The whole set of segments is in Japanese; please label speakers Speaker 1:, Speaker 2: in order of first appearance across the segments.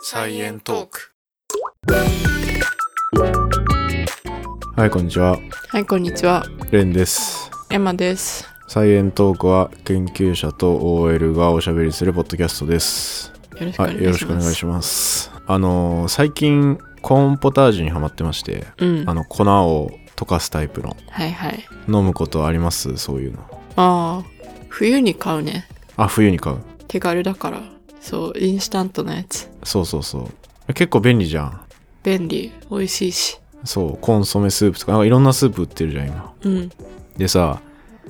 Speaker 1: サイエントーク。
Speaker 2: はい、こんにちは。
Speaker 1: はい、こんにちは。
Speaker 2: レンです。
Speaker 1: エマです。
Speaker 2: サイエントークは研究者と OL がおしゃべりするポッドキャストです。
Speaker 1: よろしくお
Speaker 2: は
Speaker 1: 願いします。
Speaker 2: い、よろしくお願いします。あのー、最近、コーンポタージュにハマってまして、
Speaker 1: うん
Speaker 2: あ。の、粉を溶かすタイプの、
Speaker 1: はいはい。
Speaker 2: 飲むことありますそういうの。
Speaker 1: ああ、冬に買うね。
Speaker 2: あ、冬に買う。
Speaker 1: 手軽だから。そう、インスタントのやつ。
Speaker 2: そうそうそう。結構便利じゃん。
Speaker 1: 便利。美味しいし。
Speaker 2: そう、コンソメスープとか、なんかいろんなスープ売ってるじゃん、今。
Speaker 1: うん。
Speaker 2: でさ、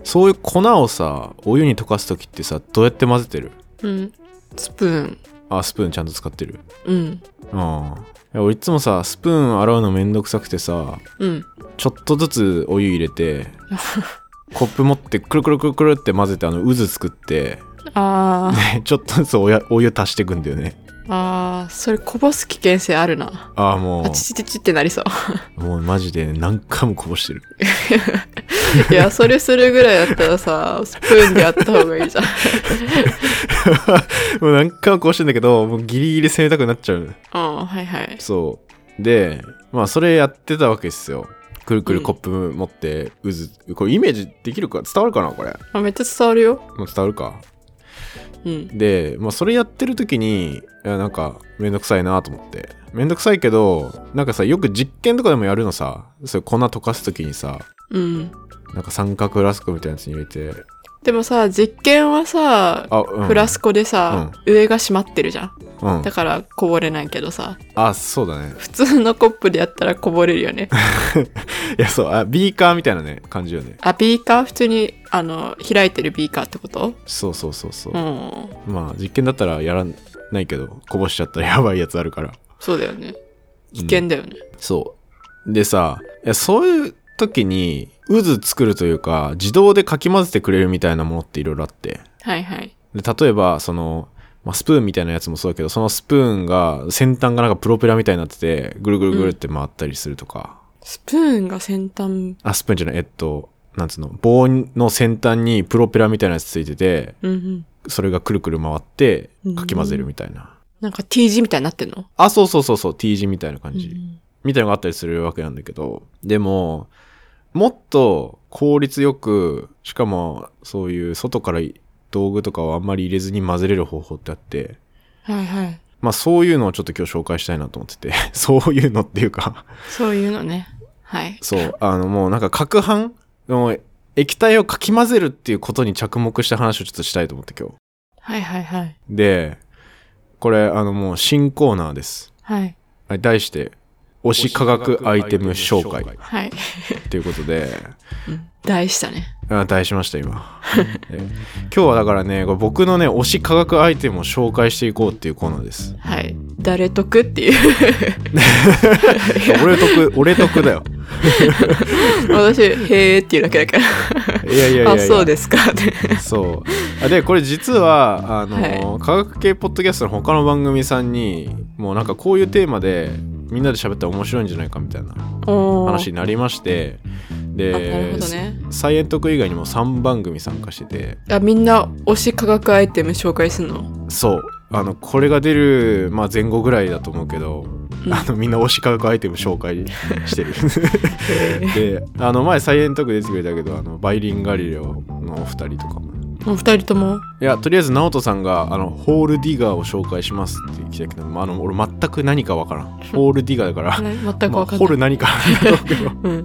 Speaker 2: そういう粉をさ、お湯に溶かすときってさ、どうやって混ぜてる
Speaker 1: うん。スプーン。
Speaker 2: あ、スプーンちゃんと使ってる
Speaker 1: うん。
Speaker 2: ああ俺いつもさスプーン洗うのめんどくさくてさ
Speaker 1: うん。
Speaker 2: ちょっとずつお湯入れ てコップ持ってくるくるくるくるって混ぜてあの渦作って
Speaker 1: ああ、
Speaker 2: ちょっとずつおやお湯足してくんだよね
Speaker 1: ああ、それこぼす危険性あるな。
Speaker 2: ああも
Speaker 1: あちちちちってなりそう。
Speaker 2: うもうマジで何回もこぼしてる
Speaker 1: いや、それするぐらいだったらさ、スプーンでやった方がいいじゃん。
Speaker 2: もう何回もこぼしてんだけどもうギリギリ攻めたくなっちゃう
Speaker 1: うん、はいはい。
Speaker 2: そうでまあそれやってたわけですよくるくるコップ持って渦、これイメージできるか伝わるかなこれ
Speaker 1: あめっちゃ伝わるよ。
Speaker 2: もう伝わるか
Speaker 1: うん。
Speaker 2: で、まあ、それやってる時にいやなんかめんどくさいなと思ってめんどくさいけどなんかさよく実験とかでもやるのさそれ粉溶かす時にさ
Speaker 1: うん。
Speaker 2: なんか三角フラスコみたいなやつに入れて
Speaker 1: でもさ、実験はさ、
Speaker 2: あ、うん、
Speaker 1: フラスコでさ、上が閉まってるじゃん。
Speaker 2: うん
Speaker 1: だからこぼれないけどさ、
Speaker 2: あそうだね
Speaker 1: 普通のコップでやったらこぼれるよね。
Speaker 2: いやそうあビーカーみたいなね感じよね
Speaker 1: あ、ビーカー普通に、あの、開いてるビーカーってこと
Speaker 2: そうそうそうそう
Speaker 1: う、ん。
Speaker 2: まあ実験だったらやらないけどこぼしちゃったらやばいやつあるから
Speaker 1: そうだよね。危険だよね。
Speaker 2: そうでさいやそういう時に渦作るというか自動でかき混ぜてくれるみたいなものっていろいろあって
Speaker 1: はいはい。
Speaker 2: で例えばその、まあ、スプーンみたいなやつもそうだけどそのスプーンが先端がなんかプロペラみたいになっててぐるぐるぐるって回ったりするとか、
Speaker 1: スプーンが先端、
Speaker 2: あスプーンじゃないえっとなんつうの棒の先端にプロペラみたいなやつついてて
Speaker 1: うんうん。
Speaker 2: それがくるくる回って
Speaker 1: うん
Speaker 2: かき混ぜるみたいな、
Speaker 1: なんか T 字みたいになってんの
Speaker 2: あそうそうそうそう T 字みたいな感じ、
Speaker 1: うん
Speaker 2: みたいなのがあったりするわけなんだけどでももっと効率よくしかもそういう外から道具とかをあんまり入れずに混ぜれる方法ってあって
Speaker 1: はいはい。
Speaker 2: まあそういうのをちょっと今日紹介したいなと思って て、そういうのっていうか、
Speaker 1: そういうのね。はい。
Speaker 2: そう、あのもうなんか攪拌の液体をかき混ぜるっていうことに着目した話をちょっとしたいと思って今日。
Speaker 1: はいはいはい。
Speaker 2: で、これあのもう新コーナーです。
Speaker 1: はい。
Speaker 2: はい題して、推し科学アイテム紹介
Speaker 1: はい。
Speaker 2: ということで、
Speaker 1: うん大したね。
Speaker 2: あ題しました今。え今日はだからね、これ僕のね、推し科学アイテムを紹介していこうっていうコーナーです。
Speaker 1: はい。誰得っていう。
Speaker 2: 俺得、俺得だよ。
Speaker 1: 私、へーっていうだけだから。
Speaker 2: いやいやいやいや。
Speaker 1: あ、そうですか。 って
Speaker 2: そうあでこれ実はあの、
Speaker 1: は
Speaker 2: 科学系ポッドキャストの他の番組さんにもうなんかこういうテーマでみんなで喋ったら面白いんじゃないかみたいな
Speaker 1: おー
Speaker 2: 話になりまして
Speaker 1: あなる
Speaker 2: で
Speaker 1: ほ、どね
Speaker 2: サイエントーク以外にも3番組参加してて
Speaker 1: あみんな推し科学アイテム紹介するの
Speaker 2: そうあのこれが出る、まあ、前後ぐらいだと思うけど、
Speaker 1: うん
Speaker 2: あのみんな推し科学アイテム紹介して るであの前サイエントーク出てくれたけどあのバイリン・ガリレオのお二人とかも
Speaker 1: お二人とも
Speaker 2: いやとりあえず直人さんがあのホールディガーを紹介しますって来たけど、まあ、あの俺全く何かわ からんホールディガーだから
Speaker 1: ね全く分かん
Speaker 2: まあ、
Speaker 1: ない、
Speaker 2: ホール何かあるんだろうけど
Speaker 1: うん、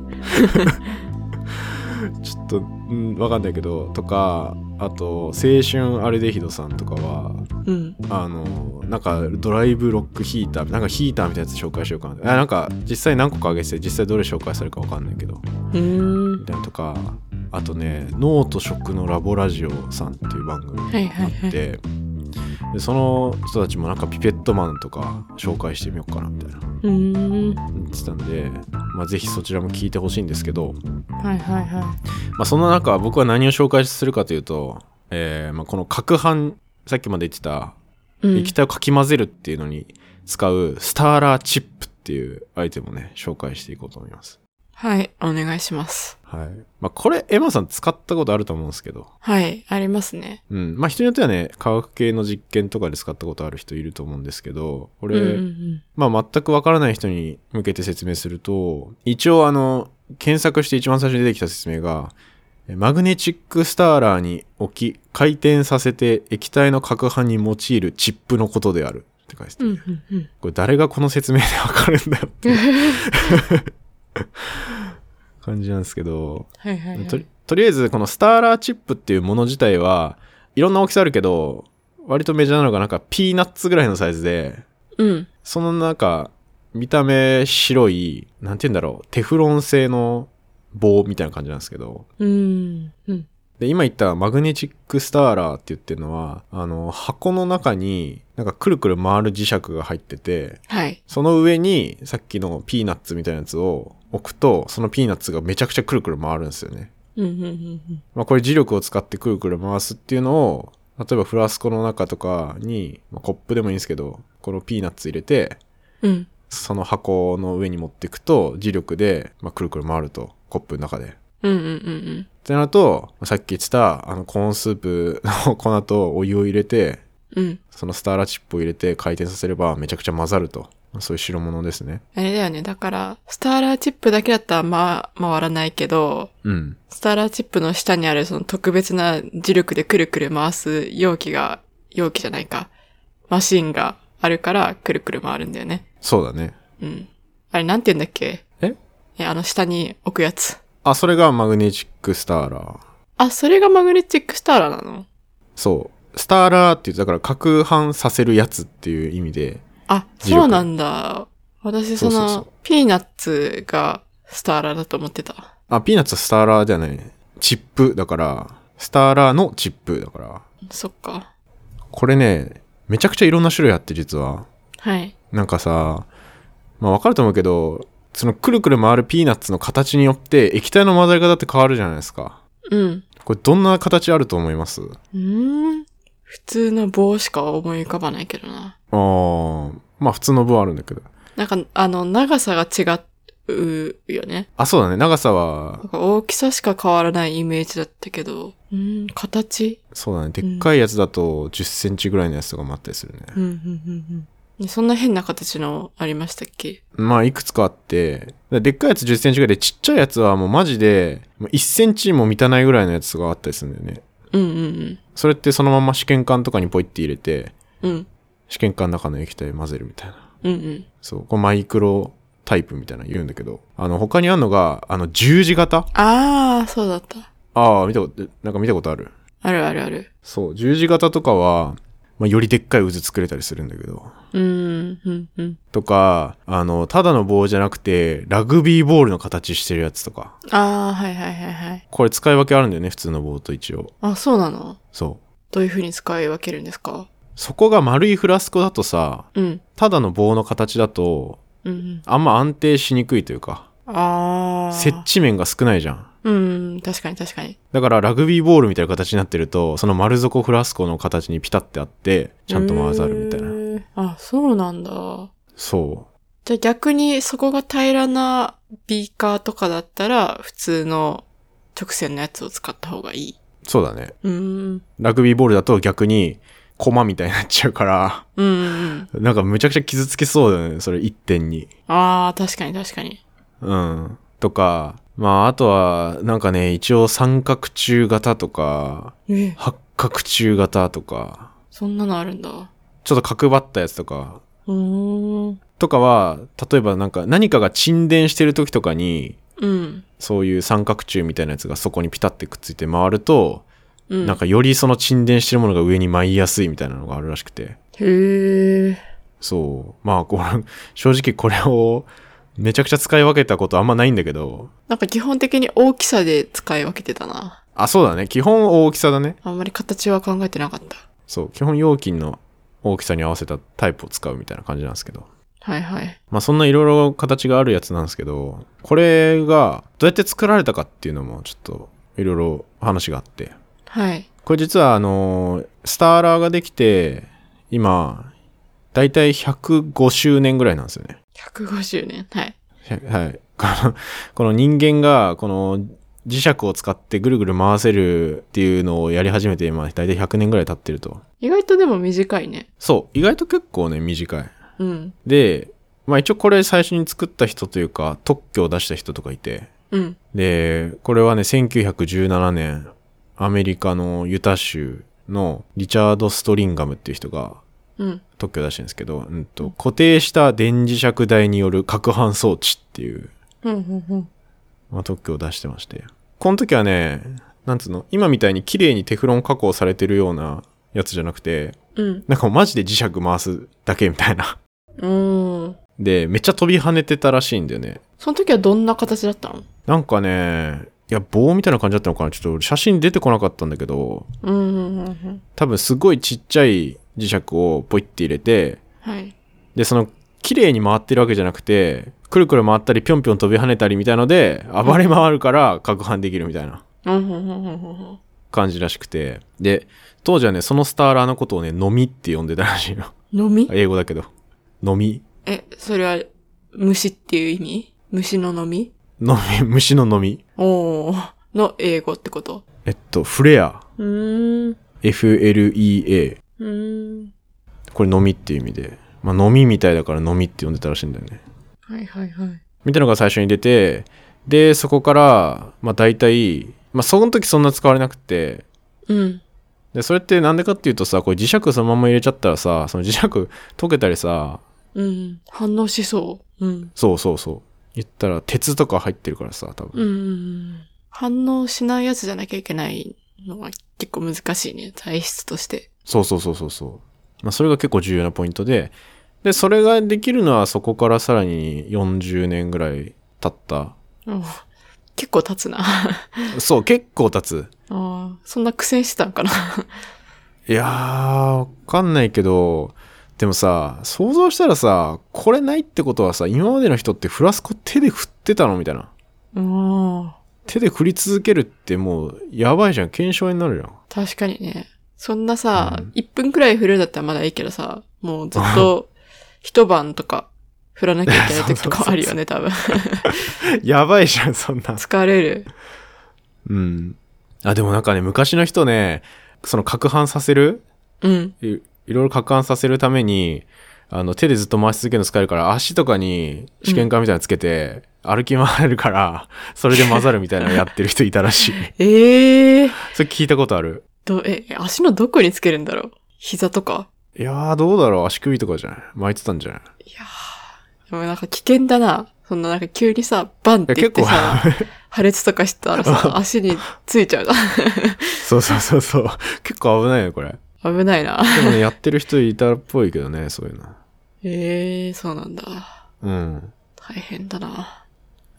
Speaker 2: ちょっと、うん、わかんないけどとかあと青春アルデヒドさんとかは
Speaker 1: うん、
Speaker 2: あのなんかドライブロックヒーターなんかヒーターみたいなやつ紹介しようかなあなんか実際何個かあげてて実際どれ紹介されるかわかんないけど
Speaker 1: うーん
Speaker 2: みたいなのとかあとね「脳と食のラボラジオ」さんっていう番組
Speaker 1: はいはいはい
Speaker 2: ででその人たちもなんかピペットマンとか紹介してみようかなみたいな
Speaker 1: うーん
Speaker 2: 言ってたんで、まあ、ぜひそちらも聞いてほしいんですけど、
Speaker 1: はいはいは
Speaker 2: まあ、そんな中僕は何を紹介するかというと、えーまあ、この攪拌さっきまで言ってた
Speaker 1: い、うん、
Speaker 2: 液体をかき混ぜるっていうのに使うスターラーチップっていうアイテムをね紹介していこうと思います。
Speaker 1: はい、お願いします。
Speaker 2: はい。まあ、これ、エマさん使ったことあると思うんですけど。
Speaker 1: はい、ありますね。
Speaker 2: うん。まあ、人によってはね、科学系の実験とかで使ったことある人いると思うんですけど、こ
Speaker 1: うん
Speaker 2: れ、
Speaker 1: うんうん、
Speaker 2: まあ、全くわからない人に向けて説明すると、一応あの、検索して一番最初に出てきた説明が、えマグネチックスターラーに置き、回転させて液体の攪拌に用いるチップのことである。って書いてた
Speaker 1: うんうんうん。
Speaker 2: これ誰がこの説明でわかるんだよっていう感じなんですけど、
Speaker 1: はいはい、は
Speaker 2: とり
Speaker 1: い。
Speaker 2: とりあえずこのスターラーチップっていうもの自体はいろんな大きさあるけど割とメジャーなのがなんかピーナッツぐらいのサイズで
Speaker 1: うん。
Speaker 2: そのなんか見た目白いなんて言うんだろうテフロン製の棒みたいな感じなんですけど
Speaker 1: うん。うん。
Speaker 2: で今言ったマグネチックスターラーって言ってるのはあの箱の中になんかくるくる回る磁石が入ってて
Speaker 1: はい。
Speaker 2: その上にさっきのピーナッツみたいなやつを置くとそのピーナッツがめちゃくちゃくるくる回るんですよね
Speaker 1: うんうんうん
Speaker 2: まあ、これ磁力を使ってくるくる回すっていうのを例えばフラスコの中とかに、まあコップでもいいんですけどこのピーナッツ入れて
Speaker 1: うん。うん。
Speaker 2: その箱の上に持っていくと磁力で、まあ、くるくる回るとコップの中で。
Speaker 1: うんうんうん
Speaker 2: ってなるとまあさっき言ってたあのコーンスープの 粉とお湯を入れて
Speaker 1: うん。うん。
Speaker 2: そのスターラチップを入れて回転させればめちゃくちゃ混ざるとまあそういう代物ですね。
Speaker 1: あれだよね。だから、スターラーチップだけだったら、まあ、回らないけど、
Speaker 2: うん。
Speaker 1: スターラーチップの下にあるその特別な磁力でくるくる回す容器が、容器じゃないか。マシンがあるから、くるくる回るんだよね。
Speaker 2: そうだね。
Speaker 1: うん。あれ、なんて言うんだっけ
Speaker 2: え
Speaker 1: え、あの下に置くやつ。
Speaker 2: あそれがマグネチックスターラー。
Speaker 1: あ、それがマグネチックスターラーなの
Speaker 2: そう。スターラーって言って、だから、攪拌させるやつっていう意味で、
Speaker 1: あ、
Speaker 2: 磁力
Speaker 1: そうなんだ。私、その、
Speaker 2: そうそうそう
Speaker 1: ピーナッツがスターラーだと思ってた。
Speaker 2: あ、ピーナッツはスターラーじゃないね。チップだから、スターラーのチップだから。
Speaker 1: そっか。
Speaker 2: これね、めちゃくちゃいろんな種類あって、実は。
Speaker 1: はい。
Speaker 2: なんかさ、まあわかると思うけど、そのくるくる回るピーナッツの形によって液体の混ざり方って変わるじゃないですか。
Speaker 1: うん。
Speaker 2: これどんな形あると思います
Speaker 1: うーん。普通の棒しか思い浮かばないけどな。
Speaker 2: あー、まあ普通の分あるんだけど。
Speaker 1: なんか、あの、長さが違うよね。
Speaker 2: あ、そうだね。長さは
Speaker 1: なん、か大きさしか変わらないイメージだったけど。うーん、形
Speaker 2: そうだね。でっかいやつだと10センチぐらいのやつとかもあったりするね。
Speaker 1: うん、うん、うん、うん。そんな変な形のありましたっけ
Speaker 2: まあ、いくつかあって、でっかいやつ10センチぐらいで、ちっちゃいやつはもうマジで、もう1センチも満たないぐらいのやつがあったりするんだよね。
Speaker 1: うん、うん、
Speaker 2: それってそのまま試験管とかにポイって入れて、
Speaker 1: うん。うん、
Speaker 2: 試験管の中の液体混ぜるみたいな。
Speaker 1: うん、うん。
Speaker 2: そう、これマイクロタイプみたいなの言うんだけど、あの、他にあるのが、あの、十字型
Speaker 1: ああ、そうだった。
Speaker 2: ああ、見たこと、なんか見たことある。
Speaker 1: あるあるある。
Speaker 2: そう、十字型とかは、まあ、よりでっかい渦作れたりするんだけど。
Speaker 1: うーん、うん、うん。
Speaker 2: とか、あの、ただの棒じゃなくて、ラグビーボールの形してるやつとか。
Speaker 1: ああ、はいはいはいはい。
Speaker 2: これ使い分けあるんだよね、普通の棒と一応。
Speaker 1: あ、そうなの
Speaker 2: そう。
Speaker 1: どういう風に使い分けるんですか
Speaker 2: そこが丸いフラスコだとさ、
Speaker 1: うん、
Speaker 2: ただの棒の形だと、
Speaker 1: うん、うん。
Speaker 2: あんま安定しにくいというか、
Speaker 1: ああ。
Speaker 2: 接地面が少ないじゃん。
Speaker 1: うん、確かに確かに。
Speaker 2: だからラグビーボールみたいな形になってると、その丸底フラスコの形にピタってあって、ちゃんと回ざるみたい
Speaker 1: へ
Speaker 2: な。
Speaker 1: ー。あ、そうなんだ。
Speaker 2: そ
Speaker 1: じゃあ逆にそこが平らなビーカーとかだったら、普通の直線のやつを使った方がいい。
Speaker 2: う。そうだね。
Speaker 1: うーん。
Speaker 2: ラグビーボールだと逆に、コマみたいになっちゃうから、
Speaker 1: うん、うん。
Speaker 2: なんかむちゃくちゃ傷つけそうだよね、それ1点に。
Speaker 1: ああ、確かに確かに。
Speaker 2: うん。とか、まああとは、なんかね、一応三角柱型とか、
Speaker 1: え、
Speaker 2: 八角柱型とか、
Speaker 1: そんなのあるんだ。
Speaker 2: ちょっと角張ったやつとか、
Speaker 1: うーん。
Speaker 2: とかは、例えばなんか何かが沈殿してる時とかに、
Speaker 1: うん。
Speaker 2: そういう三角柱みたいなやつがそこにピタってくっついて回ると、
Speaker 1: うん。
Speaker 2: なんかよりその沈殿してるものが上に舞いやすいみたいなのがあるらしくて。
Speaker 1: へえ。
Speaker 2: そう。まあ、これ、正直これをめちゃくちゃ使い分けたことあんまないんだけど、
Speaker 1: なんか基本的に大きさで使い分けてたな。
Speaker 2: あ、そうだね。基本大きさだね。
Speaker 1: あんまり形は考えてなかった。
Speaker 2: そう。基本容器の大きさに合わせたタイプを使うみたいな感じなんですけど。
Speaker 1: はいはい。
Speaker 2: まあそんないろいろ形があるやつなんですけど、これがどうやって作られたかっていうのもちょっといろいろ話があって。
Speaker 1: はい。
Speaker 2: これ実はあの、スターラーができて、今、だいたい105周年ぐらいなんですよね。
Speaker 1: 150年。はい。
Speaker 2: ひゃはい。このこの人間がこの磁石を使ってぐるぐる回せるっていうのをやり始めて今大体100年ぐらい経ってると
Speaker 1: 意外とでも短いね。
Speaker 2: そう意外と結構ね短い
Speaker 1: うん。
Speaker 2: でまあ一応これ最初に作った人というか特許を出した人とかいて
Speaker 1: うん。
Speaker 2: でこれはね1917年アメリカのユタ州のリチャード・ストリンガムっていう人が
Speaker 1: うん。
Speaker 2: 特許を出してるんですけど、うんと、固定した電磁石台による攪拌装置っていう、
Speaker 1: うん。うん。うん。
Speaker 2: まあ、特許を出してまして。この時はね、なんつうの、今みたいに綺麗にテフロン加工されてるようなやつじゃなくて、
Speaker 1: うん。
Speaker 2: なんかもうマジで磁石回すだけみたいな。
Speaker 1: おー。
Speaker 2: で、めっちゃ飛び跳ねてたらしいんだよね。
Speaker 1: その時はどんな形だったの
Speaker 2: なんかね、いや、棒みたいな感じだったのかなちょっと俺写真出てこなかったんだけど、
Speaker 1: うん。うん。うんうん。
Speaker 2: 多分すごいちっちゃい磁石をポイって入れて、
Speaker 1: はい。
Speaker 2: で、その、綺麗に回ってるわけじゃなくて、くるくる回ったり、ぴょんぴょん飛び跳ねたりみたいので、暴れ回るから、攪拌できるみたいな
Speaker 1: うん。うん。うんうんうん。
Speaker 2: 感じらしくて。で、当時はね、そのスターラーのことをね、のみって呼んでたらしいの。
Speaker 1: のみ
Speaker 2: 英語だけど。のみ。
Speaker 1: え、それは、虫っていう意味虫ののみ
Speaker 2: のみ、虫ののみ。
Speaker 1: おー。の英語ってこと
Speaker 2: えっと、フレア。
Speaker 1: うーん。う
Speaker 2: FLEA。
Speaker 1: ーん。
Speaker 2: これ、のみっていう意味で。まあ、のみみたいだから、のみって呼んでたらしいんだよね。
Speaker 1: はいはいはい。
Speaker 2: みたいなのが最初に出て、で、そこから、まあ、大体、まあ、その時そんな使われなくて、
Speaker 1: うん。
Speaker 2: でそれってなんでかっていうとさこれ磁石そのまま入れちゃったらさその磁石溶けたりさ
Speaker 1: うん。反応しそう。うん。
Speaker 2: そうそうそう言ったら鉄とか入ってるからさ多分、
Speaker 1: うん。反応しないやつじゃなきゃいけないのは結構難しいね。体質として。
Speaker 2: そうそうそうそうそう、まあ、それが結構重要なポイントででそれができるのはそこからさらに40年ぐらい経った
Speaker 1: うん結構経つな。 あ
Speaker 2: そう結構経つ
Speaker 1: あ、そんな苦戦してたんか な。
Speaker 2: いやーわかんないけどでもさ想像したらさこれないってことはさ今までの人ってフラスコ手で振ってたのみたいな
Speaker 1: うん。
Speaker 2: 手で振り続けるってもうやばいじゃん検証になるじゃん
Speaker 1: 確かにね。そんなさ、
Speaker 2: うん
Speaker 1: 1分くらい振るんだったらまだいいけどさ、もうずっ と一晩とか振らなきゃいけない時とかあるよ ね、多分。
Speaker 2: やばいじゃん、そんな。
Speaker 1: 疲れる。
Speaker 2: うん。あ、でもなんかね、昔の人ね、その、攪拌させる
Speaker 1: うん。
Speaker 2: いいろいろ攪拌させるために、あの、手でずっと回し続けるの使えるから、足とかに試験管みたいなのつけて、歩き回れるから、それで混ざるみたいなのやってる人いたら しい。
Speaker 1: ええー。
Speaker 2: それ聞いたことある。
Speaker 1: ど、え、足のどこにつけるんだろう膝とか
Speaker 2: いやー、どうだろう足首とかじゃない巻いてたんじゃない
Speaker 1: いやー。でもなんか危険だな。そんななんか急にさ、バンって
Speaker 2: い
Speaker 1: 言
Speaker 2: や
Speaker 1: って
Speaker 2: 結構、
Speaker 1: さ、 破裂とかしたらさ、足についちゃうな。
Speaker 2: そうそうそうそう。結構危ないよ、これ。
Speaker 1: 危ないな。
Speaker 2: でもね、やってる人いたっぽいけどね、そういうの。
Speaker 1: ええー、そうなんだ。
Speaker 2: うん。
Speaker 1: 大変だな。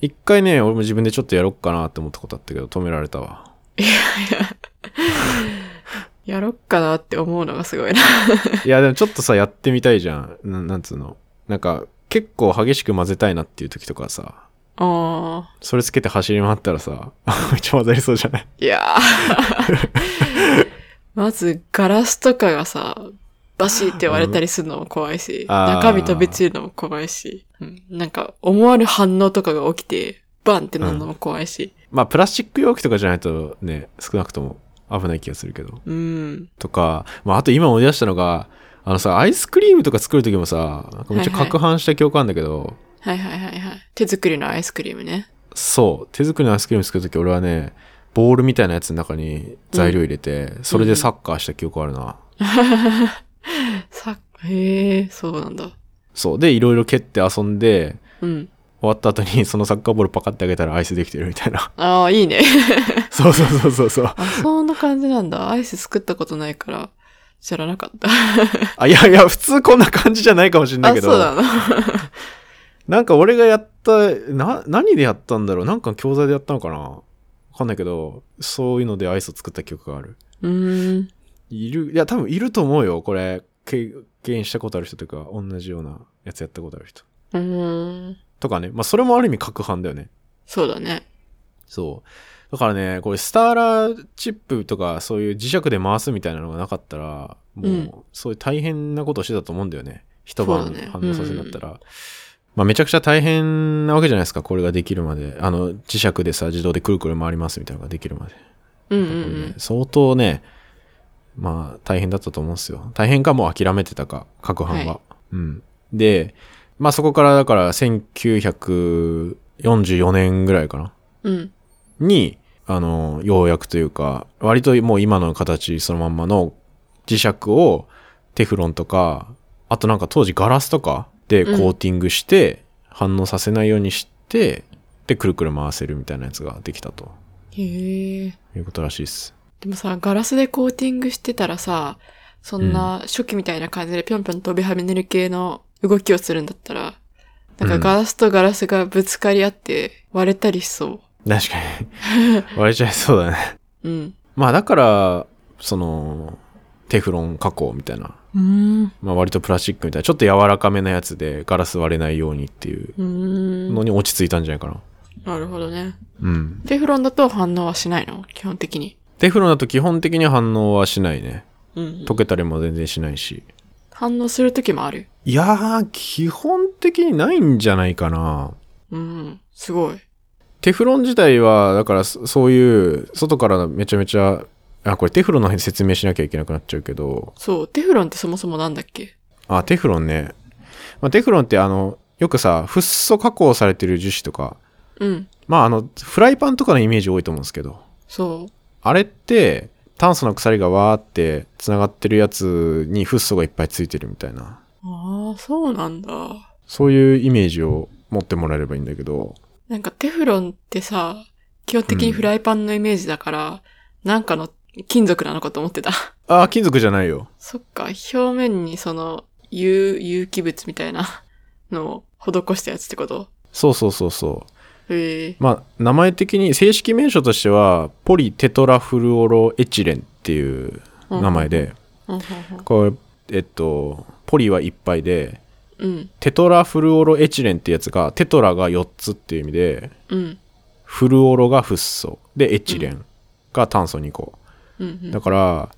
Speaker 2: 一回ね、俺も自分でちょっとやろっかなって思ったことあったけど、止められたわ。
Speaker 1: やろっかなって思うのがすごいな。
Speaker 2: いや、でもちょっとさ、やってみたいじゃん。ななんつうの。なんか、結構激しく混ぜたいなっていう時とかさ、
Speaker 1: ああ。
Speaker 2: それつけて走り回ったらさ、 めっちゃ混ざりそうじゃない
Speaker 1: いや ーまず、ガラスとかがさ、バシって割れたりするのも怖いし、
Speaker 2: うんあー
Speaker 1: 中身飛び散るのも怖いし、うんなんか、思わぬ反応とかが起きて、バンってなるのも怖いし、
Speaker 2: まあ、プラスチック容器とかじゃないとね、少なくとも危ない気がするけど。
Speaker 1: うん。
Speaker 2: とか、まあ、あと今思い出したのが、あのさ、アイスクリームとか作る時もさ、なんかめっちゃ
Speaker 1: はいはい
Speaker 2: 攪拌した記憶あるんだけど、
Speaker 1: はいはいはいはい。手作りのアイスクリームね。
Speaker 2: そう、手作りのアイスクリーム作る時俺はね、ボールみたいなやつの中に材料入れて、それでサッカーした記憶あるな。
Speaker 1: さ、へえ、そうなんだ。
Speaker 2: そう。で、いろいろ蹴って遊んで、
Speaker 1: うん。
Speaker 2: 終わった後にそのサッカーボールパカってあげたらアイスできてるみたい な。
Speaker 1: ああ、いいね。
Speaker 2: そうそうそうそうそう。
Speaker 1: あ、そんな感じなんだ。アイス作ったことないから、知らなかった。
Speaker 2: あ、いやいや、普通こんな感じじゃないかもしれない
Speaker 1: あ、
Speaker 2: け
Speaker 1: そう
Speaker 2: ど。
Speaker 1: なの。
Speaker 2: なんか俺がやった、な、何でやったんだろうなんか教材でやったのかなわかんないけど、そういうのでアイスを作った記憶がある。
Speaker 1: うーん。
Speaker 2: いる、いや、多分いると思うよ。これ、経験したことある人というか、同じようなやつやったことある人。
Speaker 1: うーん。
Speaker 2: とかね。まあ、それもある意味攪拌だよね。
Speaker 1: そうだね。
Speaker 2: そう。だからね、これスターラーチップとかそういう磁石で回すみたいなのがなかったら、もう、
Speaker 1: うん
Speaker 2: そういう大変なことをしてたと思うんだよね。一晩
Speaker 1: そうだね
Speaker 2: 反応させるんだったら。まあ、めちゃくちゃ大変なわけじゃないですか、これができるまで。あの、磁石でさ、自動でくるくる回りますみたいなのができるまで。
Speaker 1: うんう
Speaker 2: これね
Speaker 1: ん
Speaker 2: 相当ね、まあ、大変だったと思うんですよ。大変かもう諦めてたか、各班は。
Speaker 1: はい
Speaker 2: うん。で、まあそこからだから1944年ぐらいかな。
Speaker 1: うん。うん。
Speaker 2: に、あの、ようやくというか、割ともう今の形そのまんまの磁石をテフロンとか、あとなんか当時ガラスとかでコ
Speaker 1: うん
Speaker 2: ーティングして、反応させないようにして、で、くるくる回せるみたいなやつができたと
Speaker 1: へえ。
Speaker 2: いうことらしいです。
Speaker 1: でもさ、ガラスでコーティングしてたらさ、そんな初期みたいな感じでぴょんぴょん飛び跳ねる系の動きをするんだったら、なん
Speaker 2: う
Speaker 1: か
Speaker 2: ん
Speaker 1: ガラスとガラスがぶつかり合って割れたりしそ
Speaker 2: 確かに。割れちゃいそうだね。
Speaker 1: う。うん。
Speaker 2: まあだから、その、テフロン加工みたいな。
Speaker 1: うん。
Speaker 2: まあ割とプラスチックみたいな。ちょっと柔らかめなやつでガラス割れないようにっていう
Speaker 1: うん。
Speaker 2: のに落ち着いたんじゃないかな。
Speaker 1: なるほどね。
Speaker 2: うん。
Speaker 1: テフロンだと反応はしないの基本的に。
Speaker 2: テフロンだと基本的に反応はしないね。
Speaker 1: うん。
Speaker 2: 溶けたりも全然しないし。
Speaker 1: 反応するときもある。
Speaker 2: いやー、基本的にないんじゃないかな。
Speaker 1: うん。すごい。
Speaker 2: テフロン自体は、だからそそういう、外からめちゃめちゃ、あ、これテフロンの説明しなきゃいけなくなっちゃうけど、
Speaker 1: そう。テフロンってそもそもなんだっけ
Speaker 2: あ、テフロンね。まあ、テフロンってあの、よくさ、フッ素加工されてる樹脂とか、
Speaker 1: うん。
Speaker 2: まああの、フライパンとかのイメージ多いと思うんですけど、
Speaker 1: そ
Speaker 2: あれって、炭素の鎖がわーって繋がってるやつにフッ素がいっぱいついてるみたいな。
Speaker 1: う。ああ、そうなんだ。
Speaker 2: そういうイメージを持ってもらえればいいんだけど、
Speaker 1: なんかテフロンってさ、基本的にフライパンのイメージだから、なんかの金属なのかと思ってた。
Speaker 2: ああ、金属じゃないよ。
Speaker 1: そっか、表面にその、有、有機物みたいなのを施したやつってこと
Speaker 2: そうそうそうそ
Speaker 1: へえ。
Speaker 2: う。まあ、名前的に、正式名称としては、ポリテトラフルオロエチレンっていう名前で、
Speaker 1: うんうん
Speaker 2: これ、えっと、ポリはいっぱいで、
Speaker 1: うん。うん。
Speaker 2: テトラフルオロエチレンってやつが、テトラが4つっていう意味で、
Speaker 1: うん。
Speaker 2: フルオロがフッ素、で、エチレンが炭素2個。
Speaker 1: うんうん。
Speaker 2: だから、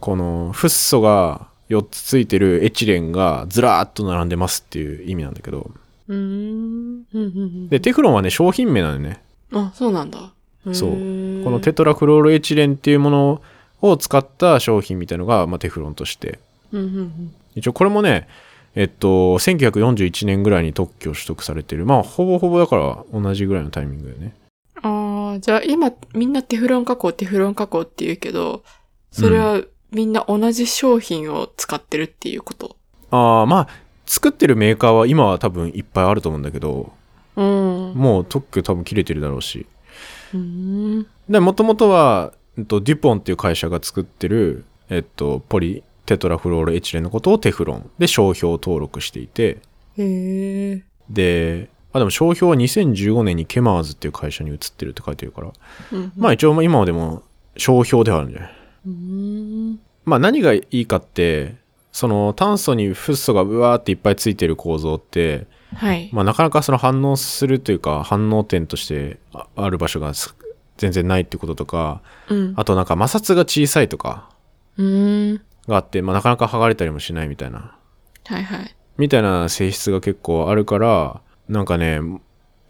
Speaker 2: この、フッ素が4つついてるエチレンがずらーっと並んでますっていう意味なんだけど、
Speaker 1: うーん。うんうんうん
Speaker 2: で、テフロンはね、商品名なのね。
Speaker 1: あ、そうなんだ。
Speaker 2: そうこ
Speaker 1: こ
Speaker 2: のテトラフロールエチレンっていうものを使った商品みたいのが、まあ、テフロンとして。
Speaker 1: うんうんうん。
Speaker 2: 一応これもね、えっと、1941年ぐらいに特許取得されてる。まあ、ほぼほぼだから同じぐらいのタイミングだよね。
Speaker 1: ああ、じゃあ今みんなテフロン加工、テフロン加工って言うけど、それはみんな同じ商品を使ってるっていうこと。
Speaker 2: ああ、まあ、作ってるメーカーは今は多分いっぱいあると思うんだけど、
Speaker 1: うん。う
Speaker 2: もう特許多分切れてるだろうし。
Speaker 1: ーん。
Speaker 2: で、もともとは、えっと、デュポンっていう会社が作ってる、えっと、ポリテトラフロールエチレンのことをテフロンで商標登録していて、
Speaker 1: へえ。
Speaker 2: で、あ、でも商標は2015年にケマーズっていう会社に移ってるって書いてるから、
Speaker 1: うん
Speaker 2: まあ一応まあ今はでも商標ではあるんじゃない
Speaker 1: うん。
Speaker 2: まあ何がいいかって、その炭素にフッ素がうわーっていっぱいついてる構造って、
Speaker 1: はい。
Speaker 2: まあなかなかその反応するというか反応点としてあある場所がす全然ないってこととか、
Speaker 1: うん。
Speaker 2: あとなんか摩擦が小さいとか
Speaker 1: うーん。
Speaker 2: があって、まあなかなか剥がれたりもしないみたいな
Speaker 1: はいはい。
Speaker 2: みたいな性質が結構あるから、なんかね、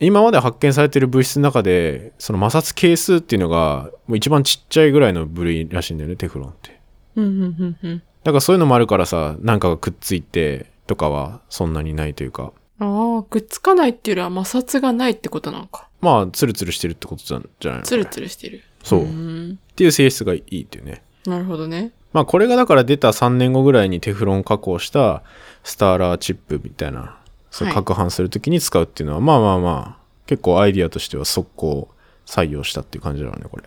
Speaker 2: 今まで発見されてる物質の中で、その摩擦係数っていうのが、もう一番ちっちゃいぐらいの部類らしいんだよね、テフロンって。
Speaker 1: うんうんうんうん。
Speaker 2: だからそういうのもあるからさ、なんかがくっついてとかはそんなにないというか、
Speaker 1: ああ、くっつかないっていうよりは摩擦がないってことなのか。
Speaker 2: まあ、ツルツルしてるってことじゃじゃないの
Speaker 1: ツルツルしてる。
Speaker 2: そう。
Speaker 1: ー
Speaker 2: っ
Speaker 1: ん。
Speaker 2: ていう性質がいいっていうね。
Speaker 1: なるほどね。
Speaker 2: まあ、これがだから出た3年後ぐらいにテフロン加工したスターラーチップみたいな、そう
Speaker 1: はい
Speaker 2: 攪拌するときに使うっていうのは、まあまあまあ、結構アイディアとしては速攻採用したっていう感じだろうね、これ。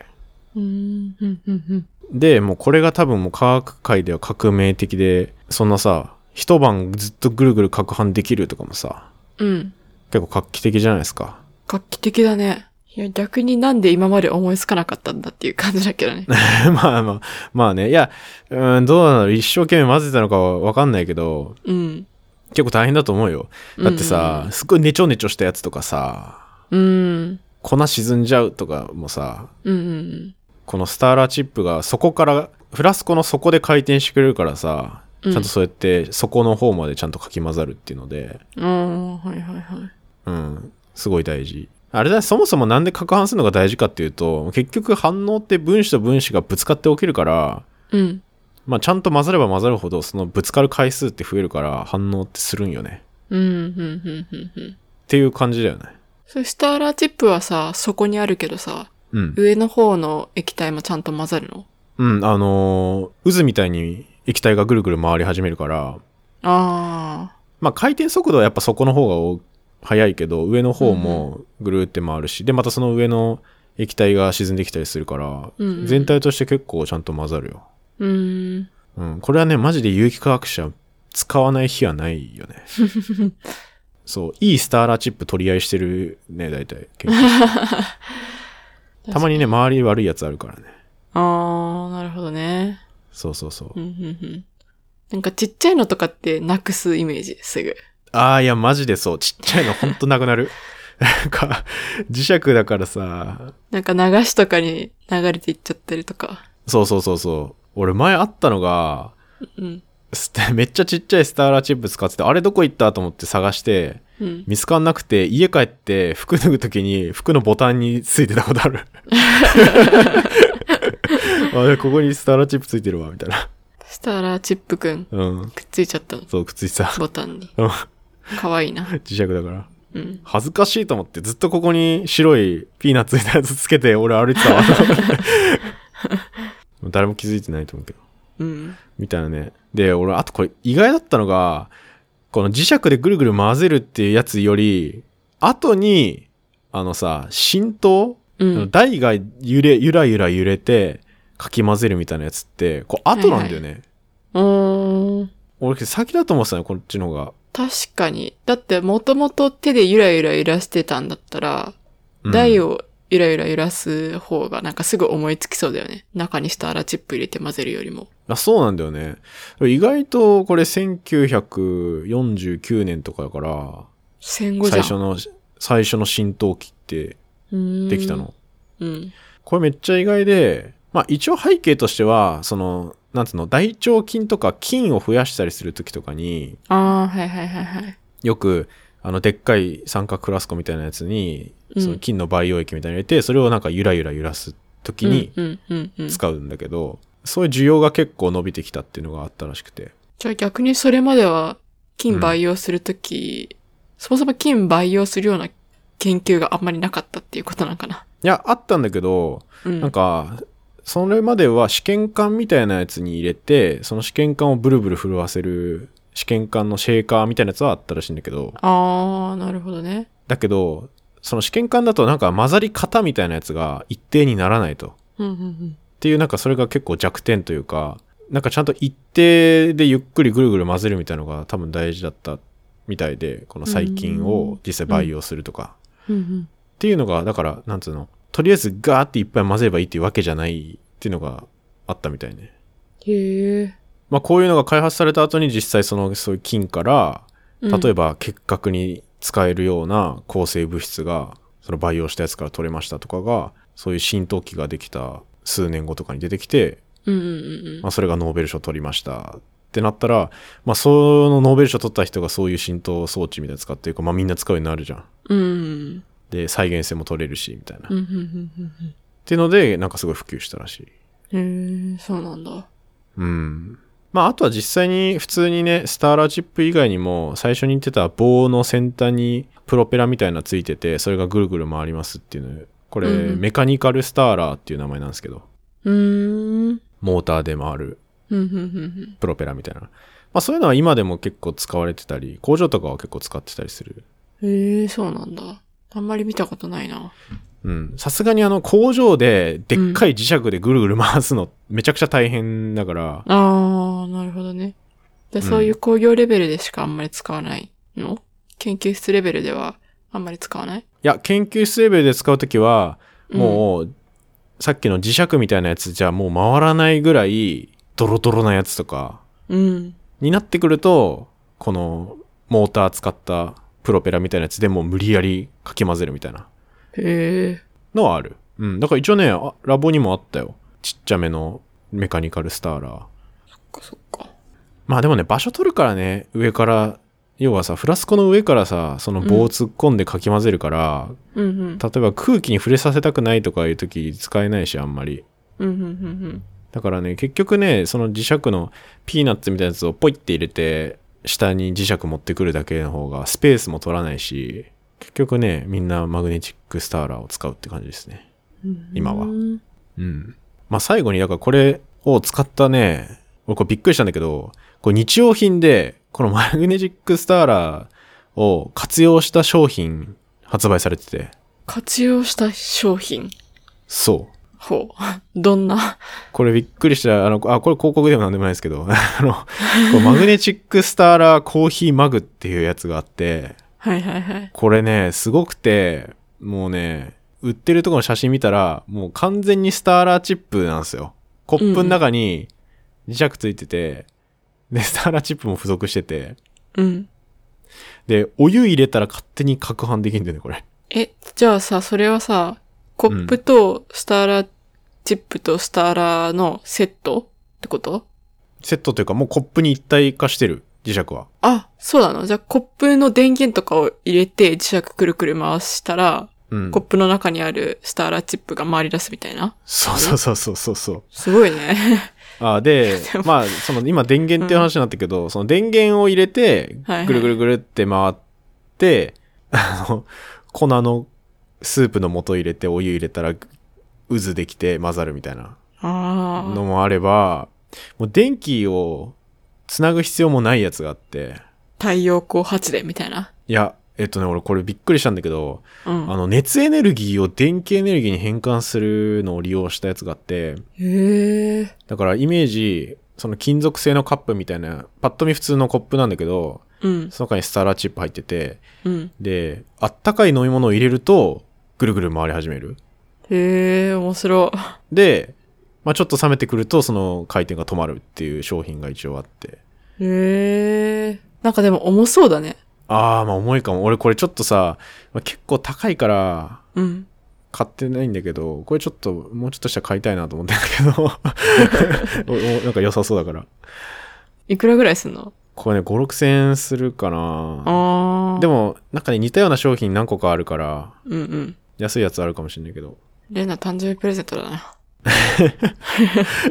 Speaker 1: うーん。うんうんうん。
Speaker 2: で、もうこれが多分もう科学界では革命的で、そんなさ、一晩ずっとぐるぐる攪拌できるとかもさ、
Speaker 1: うん。
Speaker 2: 結構画期的じゃないですか。
Speaker 1: 画期的だね。いや、逆になんで今まで思いつかなかったんだっていう感じだけど ね。
Speaker 2: まあまあ、まあね。いや、うん、どうなの一生懸命混ぜたのかはわかんないけど、
Speaker 1: うん。
Speaker 2: 結構大変だと思うよ。だってさ、すっごいネチョネチョしたやつとかさ、
Speaker 1: うん。うん。
Speaker 2: 粉沈んじゃうとかもさ
Speaker 1: うんうん。
Speaker 2: このスターラーチップがそこからフラスコの底で回転してくれるからさ
Speaker 1: うん
Speaker 2: ちゃんとそうやって底の方までちゃんとかき混ざるっていうので、
Speaker 1: おー、はいはいはい。
Speaker 2: うん、すごい大事。あれだ、そもそもなんで攪拌するのが大事かっていうと、結局反応って分子と分子がぶつかって起きるから、
Speaker 1: うん。
Speaker 2: まあちゃんと混ざれば混ざるほど、そのぶつかる回数って増えるから反応ってするんよね。
Speaker 1: うん、うん、うん、うん、うん。
Speaker 2: っていう感じだよね。
Speaker 1: そしたらチップはさ、そこにあるけどさ、
Speaker 2: うん。
Speaker 1: 上の方の液体もちゃんと混ざるの
Speaker 2: うん、あのー渦みたいに液体がぐるぐる回り始めるから、
Speaker 1: あ
Speaker 2: まあ回転速度はやっぱそこの方がお速いけど、上の方もぐるって回るし、で、またその上の液体が沈んできたりするから、
Speaker 1: うんうん
Speaker 2: 全体として結構ちゃんと混ざるよ。
Speaker 1: ー。うーん。
Speaker 2: うん、これはね、マジで有機化学者使わない日はないよ ね。そう、いいスターラーチップ取り合いしてるね、大 体。研究室たまにね、周り悪いやつあるからね。
Speaker 1: あー、なるほどね。
Speaker 2: そうそうそう。
Speaker 1: うん、うん、うん。なんかちっちゃいのとかってなくすイメージ、すぐ。
Speaker 2: ああ、いや、マジでそう。ちっちゃいのほんとなくなる。なんか、磁石だからさ、
Speaker 1: なんか流しとかに流れていっちゃったりとか。
Speaker 2: そうそうそうそう。俺前あったのが、
Speaker 1: うん。
Speaker 2: スタ めっちゃちっちゃいスターラーチップ使ってて、あれどこ行ったと思って探して、
Speaker 1: うん。
Speaker 2: 見つかんなくて、家帰って服脱ぐときに服のボタンについてたことある。あれ、ここにスターラーチップついてるわ、みたいな。
Speaker 1: そしたらチップくん、
Speaker 2: うん。
Speaker 1: くっついちゃったの。
Speaker 2: そう、靴下。
Speaker 1: ボタンに。
Speaker 2: うん
Speaker 1: かわいいな。
Speaker 2: 磁石だから。
Speaker 1: うん。
Speaker 2: 恥ずかしいと思ってずっとここに白いピーナッツみたいなやつつけて俺歩いてたわ 誰も気づいてないと思うけど
Speaker 1: うん。
Speaker 2: みたいなねで俺あとこれ意外だったのがこの磁石でぐるぐる混ぜるっていうやつより後にあのさ浸透、
Speaker 1: うん。
Speaker 2: 台が揺れゆらゆら揺れてかき混ぜるみたいなやつってこう後なんだよね、
Speaker 1: うーん。
Speaker 2: 俺先だと思ってたのよこっちの方が、
Speaker 1: 確かに。だって、もともと手でゆらゆら揺らしてたんだったら、
Speaker 2: うん
Speaker 1: 台をゆらゆら揺らす方がなんかすぐ思いつきそうだよね。中にスターラチップ入れて混ぜるよりも。
Speaker 2: あそうなんだよね。意外とこれ1949年とかだから、
Speaker 1: 戦後
Speaker 2: 最
Speaker 1: じゃん。
Speaker 2: 初の、最初の浸透期ってできたの。
Speaker 1: うーん。うん。
Speaker 2: これめっちゃ意外で、まあ一応背景としては、その、なんつうの、大腸菌とか菌を増やしたりする時とかに、
Speaker 1: ああ、はいはいはいはい。
Speaker 2: よく、あの、でっかい酸化クラスコみたいなやつに、
Speaker 1: うん
Speaker 2: その菌の培養液みたいに入れて、それをなんかゆらゆら揺らす時に
Speaker 1: うんうんうんうん。
Speaker 2: 使うんだけど、そういう需要が結構伸びてきたっていうのがあったらしくて。
Speaker 1: じゃあ逆にそれまでは、金培養するとき、そもそも金培養するような研究があんまりなかったっていうことなんかな。
Speaker 2: いや、あったんだけど、
Speaker 1: うん。
Speaker 2: なんか、それまでは試験管みたいなやつに入れて、その試験管をブルブル震わせる試験管のシェーカーみたいなやつはあったらしいんだけど、
Speaker 1: ああ、なるほどね。
Speaker 2: だけど、その試験管だとなんか混ざり方みたいなやつが一定にならないと。っ
Speaker 1: うんうんうん。
Speaker 2: ていうなんかそれが結構弱点というか、なんかちゃんと一定でゆっくりぐるぐる混ぜるみたいなのが多分大事だったみたいで、この細菌を実際培養するとか。
Speaker 1: うんうん。
Speaker 2: っていうのが、だから、なんつうの、とりあえずガーっていっぱい混ぜればいいっていうわけじゃないっていうのがあったみたいね。
Speaker 1: へえ。
Speaker 2: まあこういうのが開発された後に実際そのそういう菌から例え
Speaker 1: ば。
Speaker 2: ば結核に使えるような抗生物質がその培養したやつから取れましたとかがそういう浸透器ができた数年後とかに出てきて、
Speaker 1: うんうんうん
Speaker 2: まあ、それがノーベル賞取りましたってなったら、まあ、そのノーベル賞取った人がそういう浸透装置みたいなの使ってるから、まあ、みんな使うようになるじゃん。
Speaker 1: うん。うん。
Speaker 2: で再現性も取れるしみたいな。
Speaker 1: うんう
Speaker 2: っ
Speaker 1: んうん
Speaker 2: ていうのでなんかすごい普及したらしい。
Speaker 1: うん。へえ、そうなんだ。
Speaker 2: うん。まあ、あとは実際に普通にね、スターラーチップ以外にも、最初に言ってた棒の先端にプロペラみたいなついてて、それがぐるぐる回りますっていうの。これ、
Speaker 1: うんうん
Speaker 2: メカニカルスターラーっていう名前なんですけど、
Speaker 1: うーん。
Speaker 2: モーターで回る
Speaker 1: うんうんうん
Speaker 2: プロペラみたいな。まあ、そういうのは今でも結構使われてたり、工場とかは結構使ってたりする。
Speaker 1: うん。へえ、そうなんだ。あんまり見たことないな。
Speaker 2: うん。さすがにあの工場ででっかい磁石でぐるぐる回すのめちゃくちゃ大変だから、
Speaker 1: ああ、なるほどね。で、
Speaker 2: ん
Speaker 1: そういう工業レベルでしかあんまり使わないの研究室レベルではあんまり使わない
Speaker 2: いや、研究室レベルで使うときは、もう、さっきの磁石みたいなやつじゃもう回らないぐらい、ドロドロなやつとか、
Speaker 1: うん。
Speaker 2: になってくると、この、モーター使ったプロペラみたいなやつでもう無理やりかき混ぜるみたいな
Speaker 1: へえ。
Speaker 2: のはある。うん。だから一応ね、あラボにもあったよ。ちっちゃめのメカニカルスターラー。
Speaker 1: そっかそっか。
Speaker 2: まあでもね、場所取るからね、上から、要はさ、フラスコの上からさ、その棒を突っ込んでかき混ぜるから、
Speaker 1: うんうん。
Speaker 2: 例えば空気に触れさせたくないとかいう時使えないし、あんまり。
Speaker 1: うんうんうん
Speaker 2: だからね、結局ね、その磁石のピーナッツみたいなやつをポイって入れて、下に磁石持ってくるだけの方がスペースも取らないし、結局ね、みんなマグネチックスターラーを使うって感じですね。
Speaker 1: うん。
Speaker 2: 今は
Speaker 1: うん
Speaker 2: うん。まあ、最後に、だからこれを使ったね、俺これびっくりしたんだけど、これ日用品で、このマグネジックスターラーを活用した商品発売されてて、
Speaker 1: 活用した商品。
Speaker 2: そう。
Speaker 1: ほう。どんな。
Speaker 2: これびっくりした、あの、あ、これ広告でもなんでもないですけど、 あの、こうマグネチックスターラーコーヒーマグっていうやつがあって、
Speaker 1: はいはいはい。
Speaker 2: これね、すごくて、もうね、売ってるとこの写真見たら、もう完全にスターラーチップなんですよ。コップの中に磁石ついてて、で、スターラーチップも付属してて、
Speaker 1: うん。
Speaker 2: で、お湯入れたら勝手に攪拌できるんだよね、これ。
Speaker 1: え、じゃあさ、それはさ、コップとスターラーチップとスターラーのセットってこと
Speaker 2: セットというかもうコップに一体化してる、磁石は。
Speaker 1: あ、そうなのじゃあコップの電源とかを入れて磁石くるくる回したら、
Speaker 2: うん
Speaker 1: コッ。プの中にあるスターラーチップが回り出すみたいな。
Speaker 2: そうそうそうそうそうそう。
Speaker 1: すごい ね。
Speaker 2: あで
Speaker 1: でも
Speaker 2: まあその今電源っていう話になったけど、その電源を入れて
Speaker 1: はいはい
Speaker 2: ぐるぐるぐるって回って、あの粉のスープの素入れてお湯入れたら渦できて混ざるみたいな
Speaker 1: あ
Speaker 2: の
Speaker 1: あ。
Speaker 2: もあればもう電気をつなぐ必要もないやつがあって
Speaker 1: 太陽光発電みたいな。
Speaker 2: いやえっとね俺これびっくりしたんだけど、
Speaker 1: うん
Speaker 2: あ。の熱エネルギーを電気エネルギーに変換するのを利用したやつがあって
Speaker 1: へえ。
Speaker 2: だからイメージ、その金属製のカップみたいな、パッと見普通のコップなんだけど、
Speaker 1: うん。
Speaker 2: その中にスターラーチップ入ってて、
Speaker 1: うん。
Speaker 2: で、あったかい飲み物を入れると、ぐるぐる回り始める。
Speaker 1: へえ、面白
Speaker 2: で、まあちょっと冷めてくると、その回転が止まるっていう商品が一応あって。
Speaker 1: い。へえ。なんかでも重そうだね。
Speaker 2: あー、まあ重いかも。俺これちょっとさ、まあ、結構高いから、
Speaker 1: うん。
Speaker 2: 買ってないんだけど、これちょっと、もうちょっとしたら買いたいなと思ってんだけど、お おなんか良さそうだから。
Speaker 1: いくらぐらいすんの
Speaker 2: これね、5、6千円するかな
Speaker 1: ああ。
Speaker 2: でも、なんかね、似たような商品何個かあるから、
Speaker 1: うんうん。
Speaker 2: 安いやつあるかもしれないけど。
Speaker 1: レナ誕生日プレゼントだな。
Speaker 2: い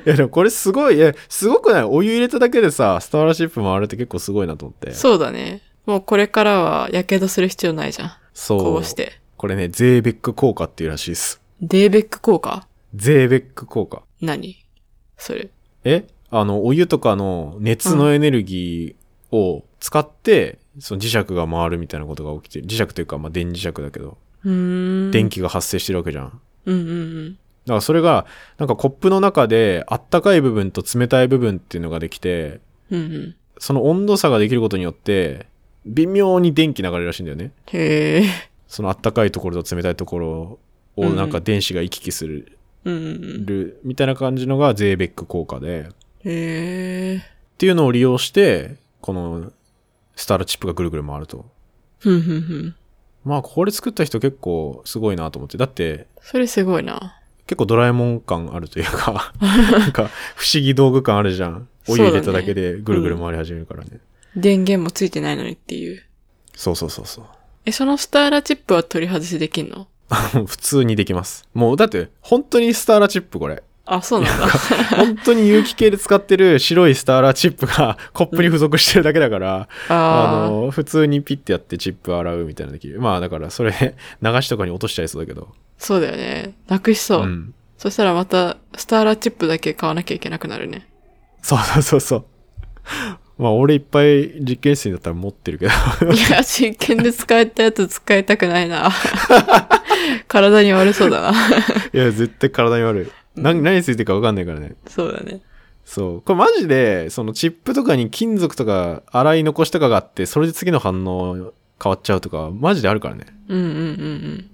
Speaker 2: や、でもこれすごい、いや、すごくないお湯入れただけでさ、スターラーシップ回るって結構すごいなと思って。
Speaker 1: そうだね。もうこれからは火傷する必要ないじゃん。
Speaker 2: そう。
Speaker 1: こうして。
Speaker 2: これね、ゼーベック効果っていうらしいです。
Speaker 1: デーベック効果
Speaker 2: ゼーベック効果。
Speaker 1: 何それ。
Speaker 2: えあの、お湯とかの熱のエネルギーを使って、その磁石が回るみたいなことが起きてる。磁石というか、まあ、電磁石だけど、
Speaker 1: うーん。
Speaker 2: 電
Speaker 1: 気。
Speaker 2: 気が発生してるわけじゃん。
Speaker 1: うんうん
Speaker 2: だからそれが、なんかコップの中で、あったかい部分と冷たい部分っていうのができて、
Speaker 1: うん。うんうん。
Speaker 2: その温度差ができることによって、微妙に電気流れるらしいんだよね。
Speaker 1: へえ。
Speaker 2: そのあったかいところと冷たいところを
Speaker 1: うん
Speaker 2: なんか電子が行き来する、
Speaker 1: うんうん。
Speaker 2: みたいな感じのがゼーベック効果で、っ
Speaker 1: へえ。
Speaker 2: ていうのを利用して、このスターラチップがぐるぐる回ると。
Speaker 1: ふんふんふん。
Speaker 2: まあこれ作った人結構すごいなと思って。だって
Speaker 1: それすごいな。
Speaker 2: 結構ドラえもん感あるという か、なんか不思議道具感あるじゃん。お湯入れただけでぐるぐる回り始めるからね。
Speaker 1: 電源もついてないのにっていう。
Speaker 2: そうそうそうそう。
Speaker 1: え、そのスターラチップは取り外しできんの
Speaker 2: もう 普通にできます。もうだって本当にスターラチップこれ。
Speaker 1: あ、そうなんだ。
Speaker 2: 本当に有機系で使ってる白いスターラーチップがコップに付属してるだけだから、あ
Speaker 1: ああ。
Speaker 2: の、普通にピッてやってチップ洗うみたいなのできる。まあだからそれ流しとかに落としちゃいそうだけど。
Speaker 1: そうだよね。なくしそう。
Speaker 2: ん。
Speaker 1: そしたらまた、スターラチップだけ買わなきゃいけなくなるね。
Speaker 2: そうそうそうそう。 まあ俺いっぱい実験室にだったら持ってるけど。
Speaker 1: いや、実験で使えたやつ使いたくない な。体に悪そうだな。
Speaker 2: いや、絶対体に悪い。何、何についてるかわかんないからね。
Speaker 1: そうだね。
Speaker 2: そう。これマジで、そのチップとかに金属とか洗い残しとかがあって、それで次の反応変わっちゃうとか、マジであるからね。
Speaker 1: うんうんうん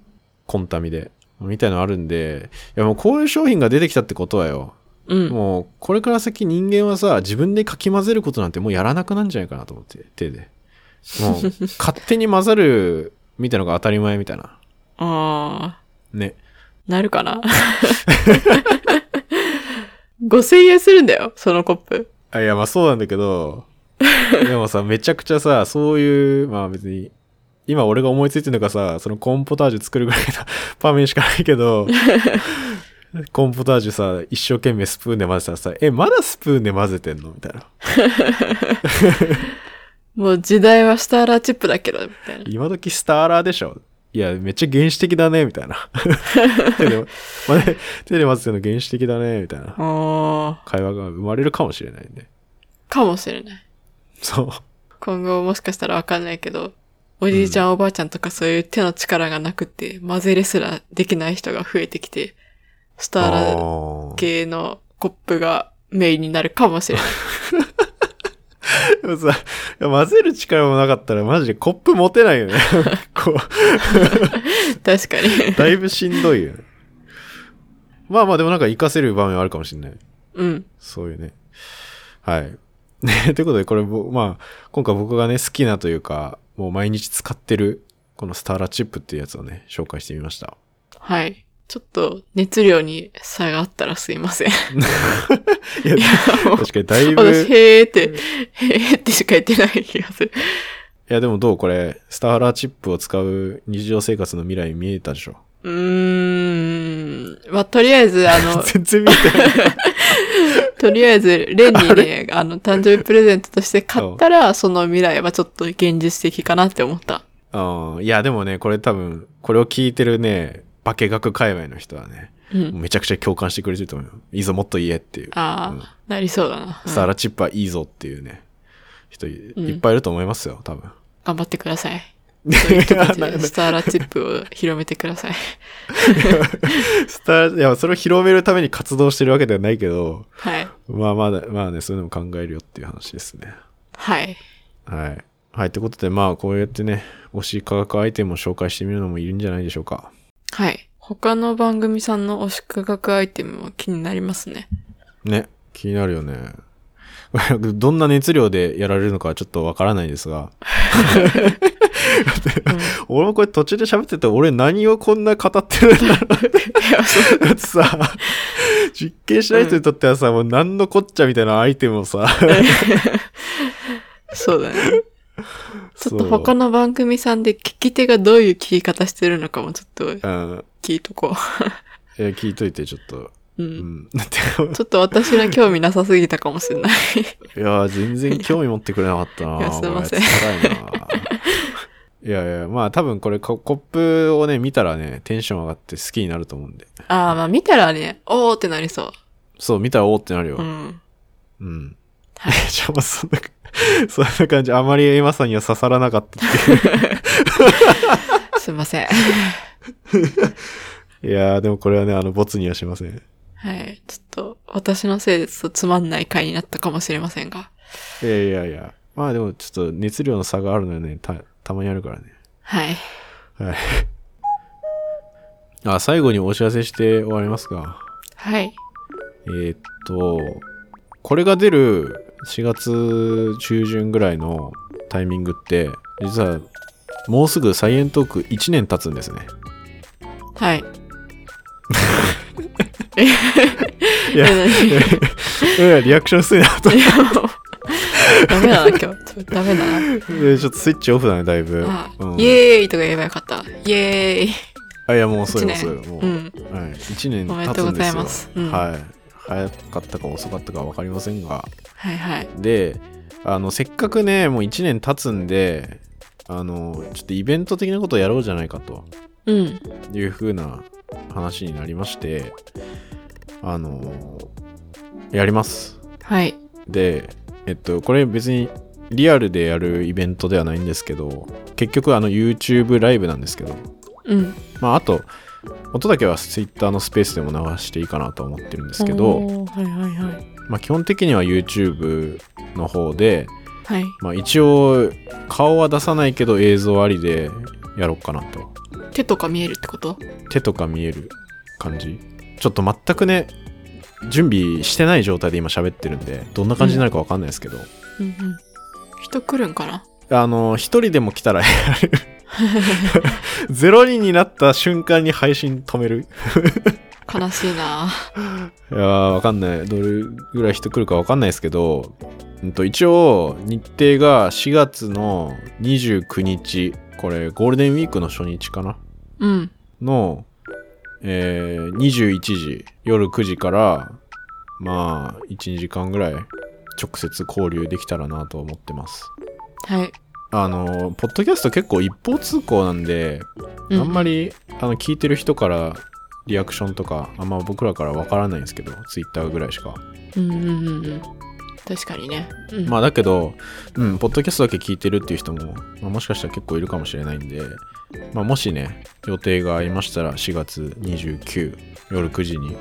Speaker 2: コンタミで。みたいのあるんで、いやもうこういう商品が出てきたってことはよ。
Speaker 1: うん。うん。
Speaker 2: もうこれから先人間はさ、自分でかき混ぜることなんてもうやらなくなんじゃないかなと思って、手で。 もう勝手に混ざるみたいのが当たり前みたいな。
Speaker 1: ああ、
Speaker 2: ね。
Speaker 1: なるかな。5000円するんだよ、そのコップ。
Speaker 2: あいやまあそうなんだけど、でもさ、めちゃくちゃさ、そういう、まあ別に、今俺が思いついてるのがさ、そのコーンポタージュ作るぐらいの 場面しかないけど、コーンポタージュさ、一生懸命スプーンで混ぜたらさ、え、まだスプーンで混ぜてんのみたいな。
Speaker 1: もう時代はスターラーチップだけど、みたいな。
Speaker 2: 今時スターラーでしょいや、めっちゃ原始的だね、みたいな。手で、まね手で混ぜてるの原始的だね、みたいな。
Speaker 1: おー、
Speaker 2: 会話が生まれるかもしれないね。
Speaker 1: かもしれない。
Speaker 2: そう。
Speaker 1: 今後もしかしたらわかんないけど、おじいちゃん、おばあちゃんとかそういう手の力がなくて、混ぜれすらできない人が増えてきて、スターラ
Speaker 2: あ
Speaker 1: ー
Speaker 2: ー
Speaker 1: 系のコップがメインになるかもしれない。
Speaker 2: でもさ、いや混ぜる力もなかったらマジでコップ持てない よね。こう、
Speaker 1: 確かに。
Speaker 2: だいぶしんどいよね。まあまあでもなんか活かせる場面はあるかもしれない。
Speaker 1: うん。
Speaker 2: そういうね。はい。 ね、ということでこれぼ、まあ、今回僕がね、好きなというか、もう毎日使ってる、このスターラチップっていうやつをね、紹介してみました。
Speaker 1: はい。ちょっと熱量に差があったらすいません。
Speaker 2: いや、
Speaker 1: もう
Speaker 2: 確かにだいぶ、
Speaker 1: 私、
Speaker 2: い
Speaker 1: へーって、へーってしか言ってない気がする。
Speaker 2: やでもどうこれ、スターラチップを使う日常生活の未来見えたでしょ。
Speaker 1: うーん。まあ、とりあえず、あ の、
Speaker 2: 全然見えてない。
Speaker 1: とりあえず、レンにね、あの、誕生日プレゼントとして買ったら、その未来はちょっと現実的かなって思った。
Speaker 2: ああ、いや、でもね、これ多分、これを聞いてるね、化学界隈の人はね、
Speaker 1: うん。
Speaker 2: めちゃくちゃ共感してくれてると思うよ。いいぞ、もっと言えっていう。
Speaker 1: ああ、
Speaker 2: うん
Speaker 1: なりそうだな、うん
Speaker 2: スターラチップはいいぞっていうね、人い
Speaker 1: ん
Speaker 2: いっぱいいると思いますよ、多分。
Speaker 1: 頑張ってください。
Speaker 2: な
Speaker 1: スターラチップを広めてください。
Speaker 2: スター、いや、それを広めるために活動してるわけではないけど、
Speaker 1: はい。
Speaker 2: まあまあ、まあね、そういうのも考えるよっていう話ですね。
Speaker 1: はい。
Speaker 2: はい。はい、ってことで、まあ、こうやってね、推し科学アイテムを紹介してみるのもいるんじゃないでしょうか。
Speaker 1: はい。他の番組さんの推し価格アイテムも気になりま すね。
Speaker 2: ね、気になるよね。 どんな熱量でやられるのかはちょっとわからないですが。
Speaker 1: うん、い
Speaker 2: 俺もこれ途中で喋ってて、俺何をこんな語ってるんだろ
Speaker 1: やそう
Speaker 2: うなってさ、実験しない人にとってはさ、もう何のこっちゃみたいなアイテムをさ、
Speaker 1: そうだね。ちょっと他
Speaker 2: の、
Speaker 1: の番組さんで聞き手がどういう聞き方してるのかもちょっと
Speaker 2: うん、
Speaker 1: 聞いとこ
Speaker 2: いや聞いといてちょっと、
Speaker 1: う。う。
Speaker 2: うんん。だって
Speaker 1: ちょっと私の興味なさすぎたかもし れない。
Speaker 2: いや、全然興味持ってくれなかったな。
Speaker 1: いやすいません
Speaker 2: これ辛いな。いやいや、まあ多分これココップをね、見たらね、テンション上がって好きになると思うんで。
Speaker 1: ああ、まあ見たらね、おーってなりそ
Speaker 2: そう、見たらおーってなるよ。
Speaker 1: う。うん。
Speaker 2: うん。 じゃあまあそんな、そんな感じ。あまりエマさんには刺さらなかったっていう。
Speaker 1: すいません。
Speaker 2: いやー、でもこれはね、あの、ボツにはしません。
Speaker 1: はい。ちょっと、私のせいでちょっとつまんない回になったかもしれませんが。
Speaker 2: いやいやいや。まあでもちょっと熱量の差があるのよね、た、たまにあるからね。
Speaker 1: はい。
Speaker 2: はい。あ、最後にお知らせして終わりますか。
Speaker 1: はい。
Speaker 2: えーっと、これが出る4月中旬ぐらいのタイミングって、実はもうすぐサイエントーク1年経つんです ね。
Speaker 1: はい。
Speaker 2: いや、
Speaker 1: え何
Speaker 2: いやリアクション薄いな と思っ
Speaker 1: いやもうダメだな、今日。ダメだな。
Speaker 2: て。でちょっとスイッチオフだね、だいぶ。
Speaker 1: あ
Speaker 2: うん
Speaker 1: イエーイとか言えばよかった。イエーイ。
Speaker 2: あいや、もう遅い
Speaker 1: 1
Speaker 2: 遅い。もう、
Speaker 1: 年。
Speaker 2: はい、1年
Speaker 1: おめで
Speaker 2: 経
Speaker 1: と
Speaker 2: つ
Speaker 1: うご
Speaker 2: んで
Speaker 1: ざい
Speaker 2: すよ。
Speaker 1: ますうん
Speaker 2: はい。早かったか遅かったか分かりませんが。
Speaker 1: はいはい。
Speaker 2: で、あの、せっかくね、もう1年経つんで、あの、ちょっとイベント的なことをやろうじゃないかと
Speaker 1: うん。
Speaker 2: いう風な話になりまして、あの、やります。
Speaker 1: はい。
Speaker 2: で、えっと、これ別にリアルでやるイベントではないんですけど、結局あの YouTube ライブなんですけど、
Speaker 1: うん。
Speaker 2: まあ、あと、音だけは Twitter のスペースでも流していいかなとは思ってるんですけど、
Speaker 1: おー。はいはいはい。
Speaker 2: まあ、基本的には YouTube の方で、
Speaker 1: はい。
Speaker 2: まあ、一応、顔は出さないけど映像ありでやろうかなと。
Speaker 1: 手とか見えるってこと
Speaker 2: 手とか見える感じ。ちょっと全くね、準備してない状態で今喋ってるんで、どんな感じになるかわかんないですけど、
Speaker 1: うんうん。人来るんかな
Speaker 2: あの、一人でも来たらやる。ゼロ人になった瞬間に配信止める。
Speaker 1: 悲しいな
Speaker 2: いやー、わかんない。どれぐらい人来るかわかんないですけど、うんと、一応、日程が4月の29日、これ、ゴールデンウィークの初日かな
Speaker 1: うん。
Speaker 2: の、えー、21時、夜9時から、まあ、1、2時間ぐらい、直接交流できたらなと思ってます。
Speaker 1: はい。
Speaker 2: あの、ポッドキャスト結構一方通行なんで、
Speaker 1: う
Speaker 2: あんま。りあの聞いてる人からリアクションとかあんま僕らからわからないんですけどツイッターぐらいしか、
Speaker 1: うんうんうんうん。確かにね。うん。
Speaker 2: まあだけどうんポッドキャストだけ聞いてるっていう人も、まあ、もしかしたら結構いるかもしれないんで、まあ、もしね予定がありましたら4月29夜9時に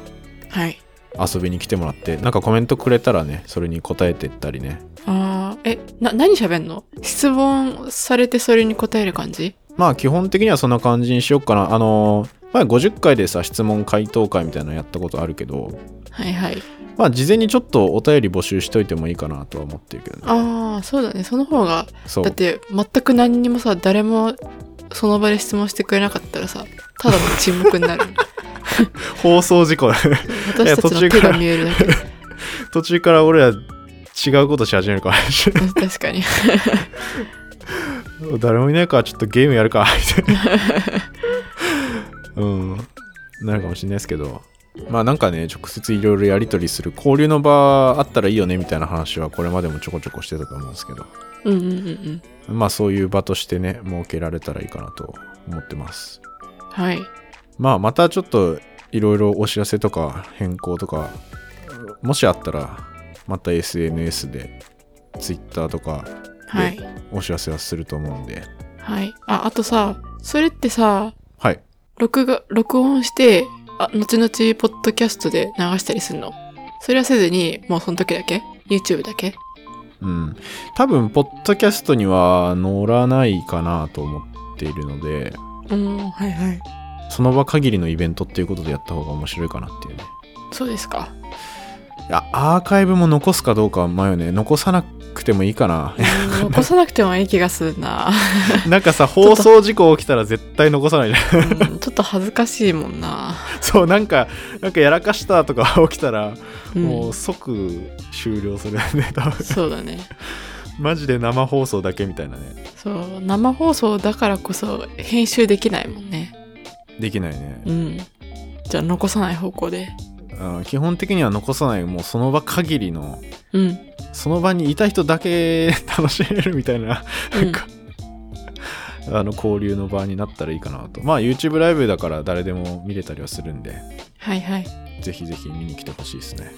Speaker 1: はい。
Speaker 2: 遊びに来てもらってなんかコメントくれたらねそれに答えてったりね
Speaker 1: ああ、え、な、何喋んの質問されてそれに答える感じ
Speaker 2: まあ基本的にはそんな感じにしよっかなあの前50回でさ質問回答会みたいなのやったことあるけど
Speaker 1: はいはい。
Speaker 2: まあ事前にちょっとお便り募集しといてもいいかなとは思ってるけどね。
Speaker 1: ああ、そうだね。その方が、
Speaker 2: そ
Speaker 1: だっ
Speaker 2: う。
Speaker 1: て全く何にもさ、誰もその場で質問してくれなかったらさ、ただの沈黙に なる。
Speaker 2: 放送事故
Speaker 1: 私たちの手が見えるだけ。
Speaker 2: 途中から俺ら違うことし始めるから。
Speaker 1: 確かに。
Speaker 2: 誰もいないからちょっとゲームやるか、みたいな。うん。なるかもしれないですけど。まあなんかね、直接いろいろやり取りする交流の場あったらいいよねみたいな話はこれまでもちょこちょこしてたと思うんですけど。
Speaker 1: うんうんうんうん。
Speaker 2: まあそういう場としてね、設けられたらいいかなと思ってます。
Speaker 1: はい。
Speaker 2: まあまたちょっといろいろお知らせとか変更とかもしあったらまた SNS で Twitter とか
Speaker 1: はい。
Speaker 2: お知らせはすると思うんで
Speaker 1: はい。あ、あとさ、それってさ、
Speaker 2: はい
Speaker 1: 録画、録音して、あ、後々、ポッドキャストで流したりするのそれはせずに、もうその時だけ ?YouTube だけ
Speaker 2: うん多分ポッドキャストには乗らないかなと思っているので
Speaker 1: うん、はいはい。
Speaker 2: その場限りのイベントっていうことでやった方が面白いかなっていうね
Speaker 1: そうで すか。
Speaker 2: いやアーカイブも残すかどうかは迷うね残さなくてもいいかな
Speaker 1: うん残さなくてもいい気がするな、
Speaker 2: なんかさ放送事故起きたら絶対残さないじゃん
Speaker 1: うんちょっと恥ずかしいもんな。
Speaker 2: そうなんかなんかやらかしたとか起きたら、
Speaker 1: うん
Speaker 2: もう即終了するよね 多分
Speaker 1: そうだね。
Speaker 2: マジで生放送だけみたいなね
Speaker 1: そう、生放送だからこそ編集できないもんね。
Speaker 2: できないね
Speaker 1: う、ん。じゃあ残さない方向で。
Speaker 2: うん基本的には残さないもうその場限りの
Speaker 1: うん。
Speaker 2: その場にいた人だけ 楽しめるみたいな
Speaker 1: うん
Speaker 2: かあの交流の場になったらいいかなとまあ YouTube ライブだから誰でも見れたりはするんで
Speaker 1: はいはい。
Speaker 2: ぜひぜひ見に来てほしいですね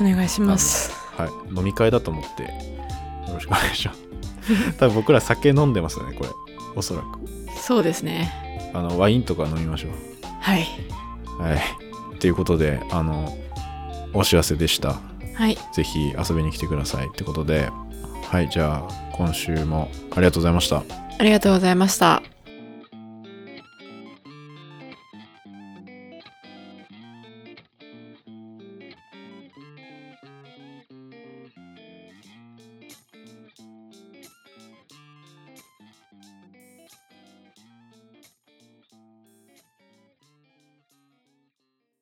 Speaker 1: お願いします。
Speaker 2: はい飲み会だと思ってよろしくお願いします多分僕ら酒飲んでますよねこれおそらく
Speaker 1: そうですね。
Speaker 2: あのワインとか飲みましょ
Speaker 1: はい。
Speaker 2: う。はい。ということで、あの、お知らせでした。
Speaker 1: はい。
Speaker 2: ぜひ遊びに来てください。ってことで、はい、じゃあ、今週もありがとうございました。
Speaker 1: ありがとうございました。